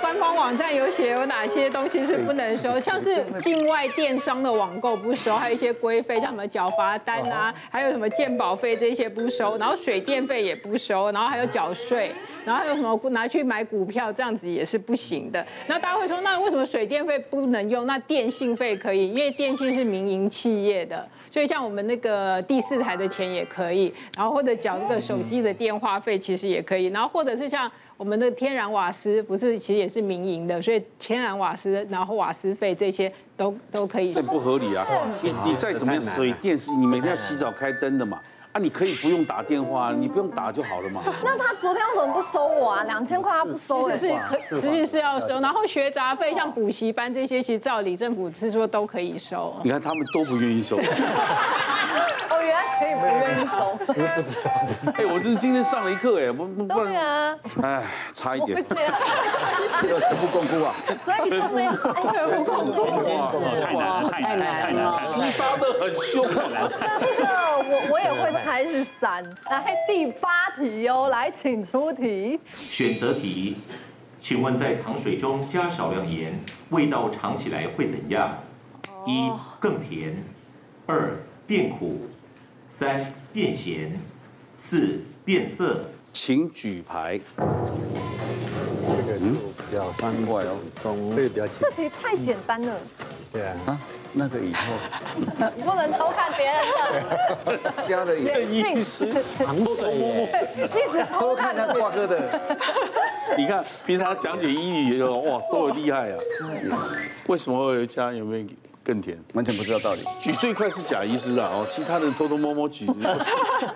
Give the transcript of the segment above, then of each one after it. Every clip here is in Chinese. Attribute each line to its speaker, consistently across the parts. Speaker 1: 官方网站有写有哪些东西是不能收，像是境外电商的网购不收，还有一些规费，像什么缴罚单啊，还有什么鉴保费这些不收，然后水电费也不收，然后还有缴税，然后还有什么拿去买股票这样子也是不行的。那大家会说，那为什么水电费不能用？那电信费可以，因为电信是民营企业的，所以像我们那个第四台的钱也可以，然后或者缴这个手机的电话费其实也可以，然后或者是像。我们的天然瓦斯不是，其实也是民营的，所以天然瓦斯，然后瓦斯费这些都都可以。
Speaker 2: 这不合理啊！你你再怎么样，水电是你每天要洗澡开灯的嘛。啊，你可以不用打电话，你不用打就好了
Speaker 3: 啊
Speaker 2: 嘛。
Speaker 4: 那他昨天为什么不收我啊？两千块他不收哎、
Speaker 1: 是可，其实是要收。然后学杂费，像补习班这些，其实照理政府是说都可以收。
Speaker 2: 你看他们都不愿 意收。
Speaker 4: 哦，原来可以不愿意 收，
Speaker 2: 哎，我是今天上了一课哎，不不不
Speaker 4: 对
Speaker 2: 然，
Speaker 4: 啊，
Speaker 2: 哎，差一点
Speaker 4: 会。这样，
Speaker 5: 全部共估啊，
Speaker 4: 所以都没有，哎，不公布。
Speaker 3: 太难了，太难了，太难了。
Speaker 2: 厮杀的很凶。
Speaker 4: 那这个我我也会猜是三。来第八题哦，来请出 题。
Speaker 6: 选择题，请问在糖水中加少量盐，味道尝起来会怎样？一更甜，二变苦，三变咸，四变涩。
Speaker 2: 请举牌。
Speaker 5: 这个就比较翻过来哦，中这个比较轻
Speaker 4: 这，题太简单了，
Speaker 5: 对
Speaker 3: 嗯
Speaker 5: 啊，
Speaker 2: 那个以后
Speaker 4: 你不能偷看别人的，
Speaker 5: 加了一个，
Speaker 2: 医师，
Speaker 4: 一直偷
Speaker 5: 偷
Speaker 4: 看
Speaker 5: 看他挂哥的，
Speaker 2: 你看平常讲解医理的哇，都很厉害啊。为什么会有加有没有更甜？
Speaker 5: 完全不知道道理。
Speaker 2: 举最快是贾医师啊，哦，其他人偷偷摸摸 举。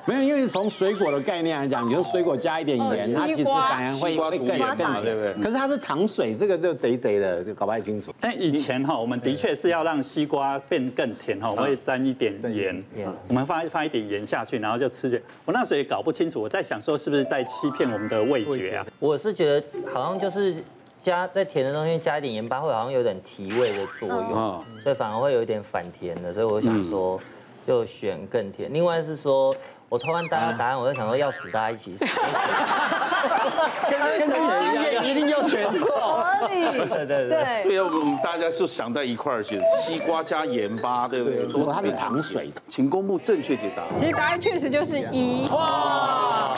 Speaker 3: 没有，因为从水果的概念来讲，你说水果加一点盐，它其实反而会
Speaker 2: 西瓜
Speaker 3: 会
Speaker 2: 毒
Speaker 3: 更
Speaker 2: 盐
Speaker 3: 更
Speaker 2: 对不对
Speaker 3: 甜。可是它是糖水，这个就贼贼的，就搞不太清楚。
Speaker 7: 但以前哈，我们的确是要让西瓜变更甜哈，我会啊沾一点盐，啊我们放放一点盐下去，然后就吃着。我那时候也搞不清楚，我在想说是不是在欺骗我们的味觉啊？
Speaker 8: 我是觉得好像就是加在甜的东西加一点盐巴，会好像有点提味的作
Speaker 2: 嗯
Speaker 8: 用，
Speaker 2: 啊
Speaker 8: 所以反而会有一点反甜的。所以我想说，就选更甜。另外是说。我偷看大家答案，我就想说要死大家一起死。
Speaker 3: 跟跟经验一定要全错。
Speaker 4: 合理，
Speaker 8: 对对对，
Speaker 4: 对。
Speaker 2: 对啊，我们大家就想在一块儿去，西瓜加盐巴，对不对？
Speaker 3: 如果它是糖水，
Speaker 2: 请公布正确解答。
Speaker 1: 其实答案确实就是一，啊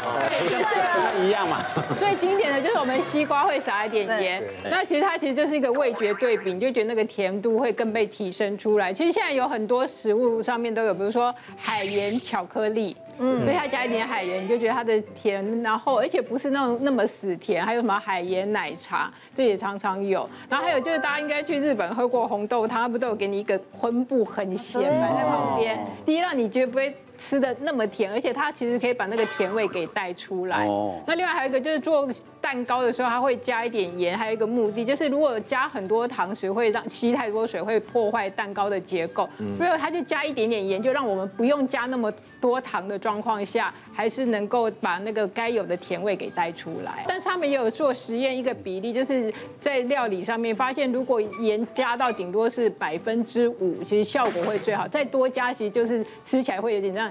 Speaker 3: 那 一样嘛。
Speaker 1: 最经典的就是我们西瓜会撒一点盐，那其实它其实就是一个味觉对比，你就觉得那个甜度会更被提升出来。其实现在有很多食物上面都有，比如说海盐巧克力，嗯，所以它加一点海盐，你就觉得它的甜，然后而且不是那种那么死甜，还有什么海盐奶茶，这也常常有。然后还有就是大家应该去日本喝过红豆汤，它不都有给你一个昆布很咸摆在旁边，第一让你觉得不会。吃的那么甜，而且它其实可以把那个甜味给带出来。
Speaker 2: 哦
Speaker 1: 那另外还有一个就是做蛋糕的时候，它会加一点盐，还有一个目的就是如果加很多糖时会让吸太多水，会破坏蛋糕的结构。所以它就加一点点盐，就让我们不用加那么多糖的状况下，还是能够把那个该有的甜味给带出来。但是他们也有做实验一个比例，就是在料理上面发现，如果盐加到顶多是百分之五，其实效果会最好。再多加其实就是吃起来会有点像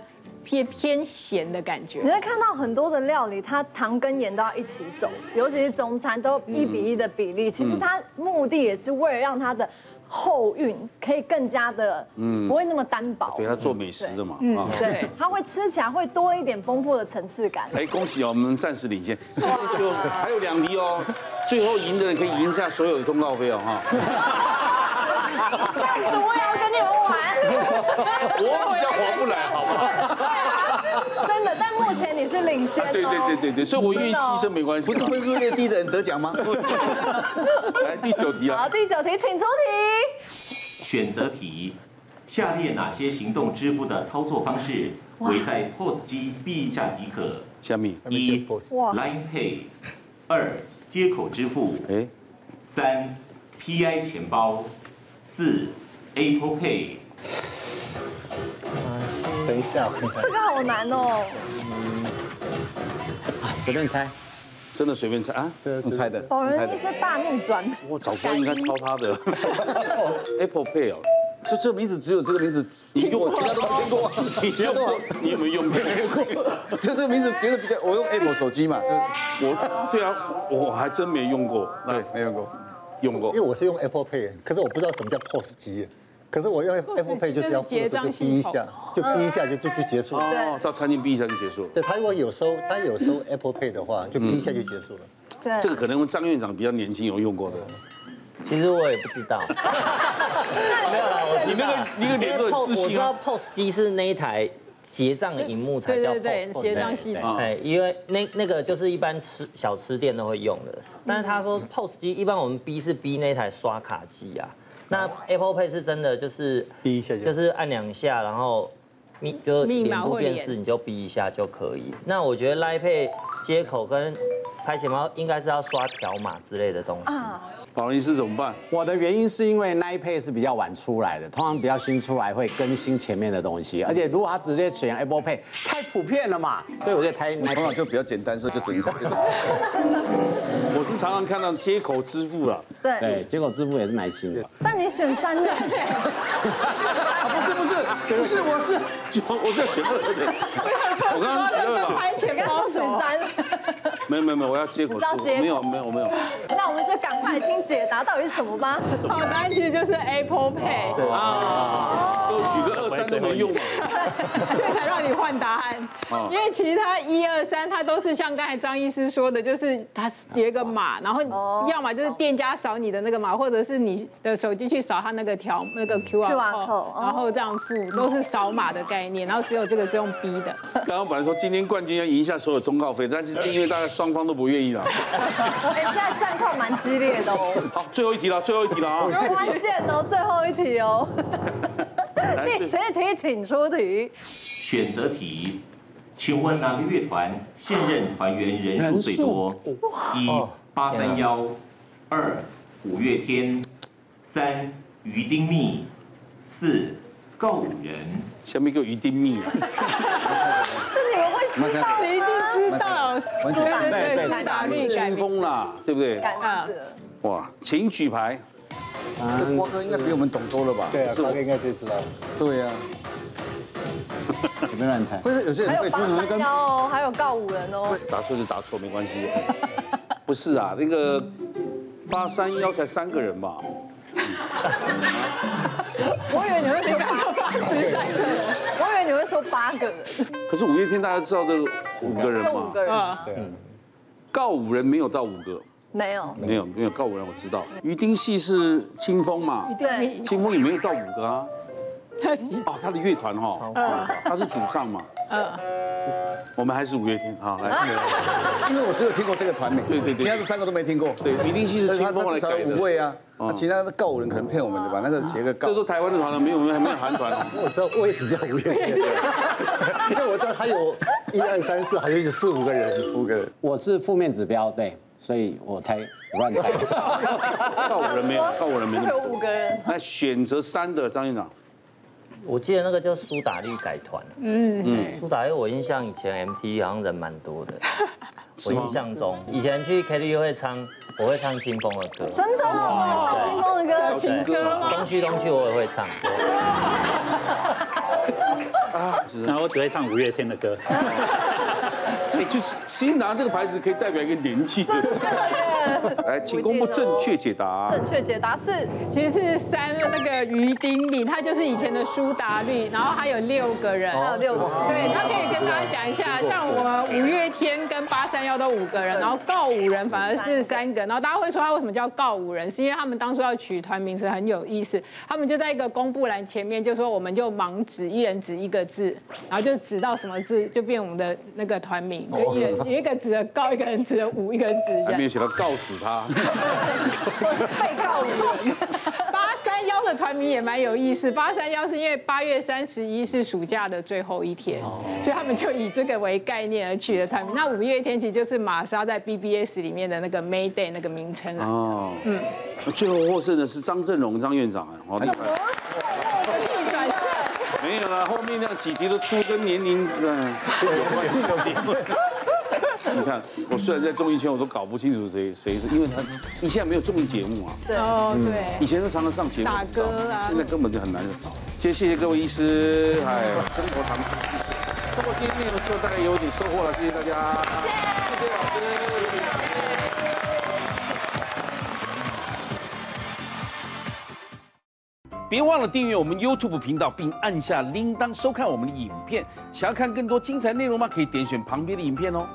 Speaker 1: 偏偏咸的感觉
Speaker 4: 你。会看到很多的料理，它糖跟盐都要一起走，尤其是中餐都一
Speaker 2: 嗯
Speaker 4: 比一的比例。其实它目的也是为了让它的后韵可以更加的，嗯，不会那么单薄
Speaker 2: 对。他做美食的嘛，啊。
Speaker 4: 对，它会吃起来会多一点丰富的层次感。
Speaker 2: 哎，恭喜哦，我们暂时领先，今天就还有两题哦，最后赢的人可以赢下所有的通告费哦，哈，
Speaker 4: 这样子我也要跟你 们
Speaker 2: 我比较划不来，好不好？
Speaker 4: 玩，啊真的。但目前你是领先哦。
Speaker 2: 啊对对对对对，所以我愿意牺牲没关系
Speaker 5: 不
Speaker 2: 嘛。
Speaker 5: 是分数越低的人得奖吗？
Speaker 2: 来第九题啊
Speaker 4: 好，，第九题，请出题。
Speaker 6: 选择题，下列哪些行动支付的操作方式为在 POS 机避一下即可？
Speaker 2: 下面，
Speaker 6: 一
Speaker 4: 哇
Speaker 6: Line Pay，二接口支付，
Speaker 2: 哎，
Speaker 6: 三 PI 钱包，四 Apple Pay。
Speaker 5: 等一下，
Speaker 4: 这个好难哦，
Speaker 8: 随便猜。
Speaker 2: 真的随便猜啊，
Speaker 5: 你猜的，
Speaker 4: 保
Speaker 5: 你猜
Speaker 4: 人
Speaker 5: 的
Speaker 4: 一，是大逆转。
Speaker 2: 我早知道应该抄他的，Apple Pay 哦，
Speaker 9: 就这个名字只有这个名字听过，其他都没听过，其他 都好
Speaker 2: 你有没有用过？
Speaker 9: 就这个名字觉得比较，我用 Apple 手机嘛，就
Speaker 2: 我对啊，我还真没用过，
Speaker 9: 对，没用过，
Speaker 2: 用过
Speaker 10: 因为。我是用 Apple Pay，可是我不知道什么叫 POS 机。可是我用 Apple Pay 就是要付的时候就逼一下，就逼一下就就就结束了。
Speaker 2: 哦，到餐厅逼一下就结束了。
Speaker 10: 对他如果有收，他有收 Apple Pay 的话，就逼一下就结束了。
Speaker 4: 对，
Speaker 2: 这个可能张院长比较年轻有用过的。
Speaker 8: 其实我也不知 道，没有啦，我
Speaker 2: 你
Speaker 8: 知
Speaker 2: 那
Speaker 8: 道
Speaker 2: 个
Speaker 8: 啦，
Speaker 2: 你那个脸都很自
Speaker 8: 我知
Speaker 2: 信
Speaker 8: 道
Speaker 2: 啊。
Speaker 8: POS 机是那一台结账荧幕才叫
Speaker 1: 对对
Speaker 8: POS
Speaker 1: 对结账系
Speaker 10: 哦
Speaker 1: 统
Speaker 8: 哎，因为那那个就是一般吃小吃店都会用的，但是他说
Speaker 10: 嗯
Speaker 8: POS 机一般我们逼是逼那台刷卡机啊，那 Apple Pay 是真的就是
Speaker 10: 哦逼一下就好
Speaker 8: 就是按两下，然后你就
Speaker 1: 密码
Speaker 8: 脸部
Speaker 1: 或
Speaker 8: 辨
Speaker 1: 脸
Speaker 8: 识你就逼一下就可以。那我觉得 Line Pay 接口跟拍钱包应该是要刷条码之类的东西。
Speaker 2: 保龄师怎么办？
Speaker 3: 我的原因是因为 Line Pay 是比较晚出来的，通常比较新出来会更新前面的东西，而且如果他直接选 Apple Pay 太普遍了嘛，所以我就
Speaker 10: 哦
Speaker 3: 太 Line
Speaker 9: 头脑
Speaker 3: Pay。
Speaker 9: 就比较简单，所以就整一下。
Speaker 2: 我是常常看到接口支付啊了，
Speaker 4: 对，
Speaker 3: 对，结果支付也是蛮新的。
Speaker 4: 但你选三个，
Speaker 2: 啊，不是不是不是，我是我是要选二的， 我刚刚是选二吧？
Speaker 1: 拍钱
Speaker 4: 刚
Speaker 1: 包
Speaker 4: 刚选三个，
Speaker 2: 没有没有没有，我要接口支
Speaker 4: 你是要
Speaker 2: 付，
Speaker 4: 接口
Speaker 2: 没有没有没有。
Speaker 4: 那我们就赶快听解答到底是什么 吧。
Speaker 1: 好单其实就是 Apple Pay，
Speaker 2: 都举个二三都没用嘛。
Speaker 1: 所以才让你换答案。因为其实它一二三，它都是像刚才张医师说的，就是它有一个码，然后要么就是店家扫你的那个码，或者是你的手机去扫它那个条那个 QR
Speaker 4: QR
Speaker 1: code，
Speaker 4: code，
Speaker 1: 然后这样付，都是扫码的概念。然后只有这个是用逼的。
Speaker 2: 刚刚本来说今天冠军要赢一下所有通告费，但是因为大家双方都不愿意了。
Speaker 4: 哎，现在战况蛮激烈的哦，
Speaker 2: 好，最后一题了，最后一题了 啊！
Speaker 4: 关键哦，最后一题 哦。第十题，请出题。
Speaker 6: 选择题，请问哪个乐团现任团员人数最多？一八三幺，二五月天，三于丁密，四告五人。
Speaker 2: 下面一个鱼丁蜜，
Speaker 4: 你们会知道
Speaker 1: 谁一定知道，对对对，苏打绿改
Speaker 2: 清
Speaker 1: 名，
Speaker 2: 风啦，对不对？
Speaker 4: 改名字了。
Speaker 2: 哇，请举牌。
Speaker 3: 嗯
Speaker 9: 这瓜哥应该比我们懂多了吧？
Speaker 10: 对啊，大哥应该最知道。
Speaker 9: 对
Speaker 10: 啊
Speaker 9: 呀，
Speaker 3: 随便乱猜。
Speaker 9: 不是有些
Speaker 4: 还
Speaker 9: 人
Speaker 4: 有
Speaker 9: 会
Speaker 4: 八
Speaker 9: 突然
Speaker 4: 三
Speaker 9: 跟
Speaker 4: 幺哦，还有告五人哦。
Speaker 2: 答错就答错，没关系。 不是啊，那个八三幺才三个人吧？
Speaker 4: 我以为你会说八十三个人，我以为你会说八个人，
Speaker 2: 可是五月天大家知道这个五个人
Speaker 4: 就五
Speaker 2: 嘛？
Speaker 4: 个人，
Speaker 1: 哦
Speaker 3: 啊
Speaker 2: 告五人没有到五个，
Speaker 4: 没有。
Speaker 2: 没有没有告五人我知道。于丁系是清风嘛？
Speaker 4: 对，
Speaker 2: 清风也没有到五个啊。
Speaker 1: 他几
Speaker 2: 哦，他的乐团哈，他是主唱嘛。我们还是五月天好来，
Speaker 9: 因为我只有听过这个团名，
Speaker 2: 对对对
Speaker 9: 其他这三个都没听过。
Speaker 2: 对，于丁系是
Speaker 9: 但是
Speaker 2: 清
Speaker 9: 他
Speaker 2: 风
Speaker 9: 他
Speaker 2: 来
Speaker 9: 至少
Speaker 2: 改
Speaker 9: 有五
Speaker 2: 的。哦啊
Speaker 9: 位啊，那其他的告五人可能骗我们的吧？那个写个告
Speaker 2: 这，都台湾的团了，没有没有没有韩团哦。
Speaker 10: 我知道，我也只知道五月天， 因为我知道他有一二三四，还有四五个人。
Speaker 9: 五个人，
Speaker 3: 我是负面指标，对，所以我猜我乱猜。
Speaker 2: 告五人没有，告五人没
Speaker 4: 就
Speaker 2: 那
Speaker 4: 有
Speaker 2: 么
Speaker 4: 五
Speaker 2: 多。
Speaker 4: 个人。
Speaker 2: 那选择三的张院长，
Speaker 8: 我记得那个叫苏打绿改团，嗯，苏打绿我印象以前 MT 好像人蛮多的，我印象中以前去 KTV 会唱，我会唱清风的歌，
Speaker 4: 真的哦，我也唱金风的歌，
Speaker 2: 情歌嘛，
Speaker 8: 东区东区我也会唱，
Speaker 7: 然后我只会唱五月天的歌。
Speaker 2: 你就是其实拿这个牌子可以代表一个年纪的。来，请公布正确解答。
Speaker 4: 正确解答是
Speaker 1: 其实是三那个于丁敏，他就是以前的苏打绿，然后还有六个人。
Speaker 4: 还有啊六个。
Speaker 1: 对，那可以跟大家讲一下，像我们五月天跟八三幺都五个人，然后告五人反而是三个，然后大家会说他啊为什么叫告五人，是因为他们当初要取团名时很有意思，他们就在一个公布栏前面就说我们就盲指，一人指一个字， 然后就指到什么字就变我们的那个团名，就一人一个指的告，一个人指的五，一个人指的
Speaker 2: 还没
Speaker 1: 人。
Speaker 2: 有写到告死他，
Speaker 4: 我是被告五人。
Speaker 1: 八三幺的团名也蛮有意思，八三幺是因为八月三十一是暑假的最后一天，所以他们就以这个为概念而取的团名。那五月天其实就是玛莎在 BBS 里面的那个 May Day 那个名称啊。
Speaker 2: 哦，嗯， 最后获胜的是张振荣张院长哎，好厉害，
Speaker 1: 逆转胜
Speaker 2: 没呃 有了，后面那几题都出跟年龄嗯有关系有点。你看，我虽然在综艺圈，我都搞不清楚谁谁是，因为他一下没有综艺节目啊。
Speaker 1: 对哦，对，
Speaker 2: 以前都常常上节目，
Speaker 1: 打
Speaker 2: 知道
Speaker 1: 歌啊
Speaker 2: 现在根本就很难。今天谢谢各位医师，哎，生活常识。通过今天内容的时候，大概有点收获了，谢谢大家，谢谢老师，谢谢老师。别忘了订阅我们 YouTube 频道，并按下铃铛收看我们的影片。想要看更多精彩内容吗？可以点选旁边的影片哦。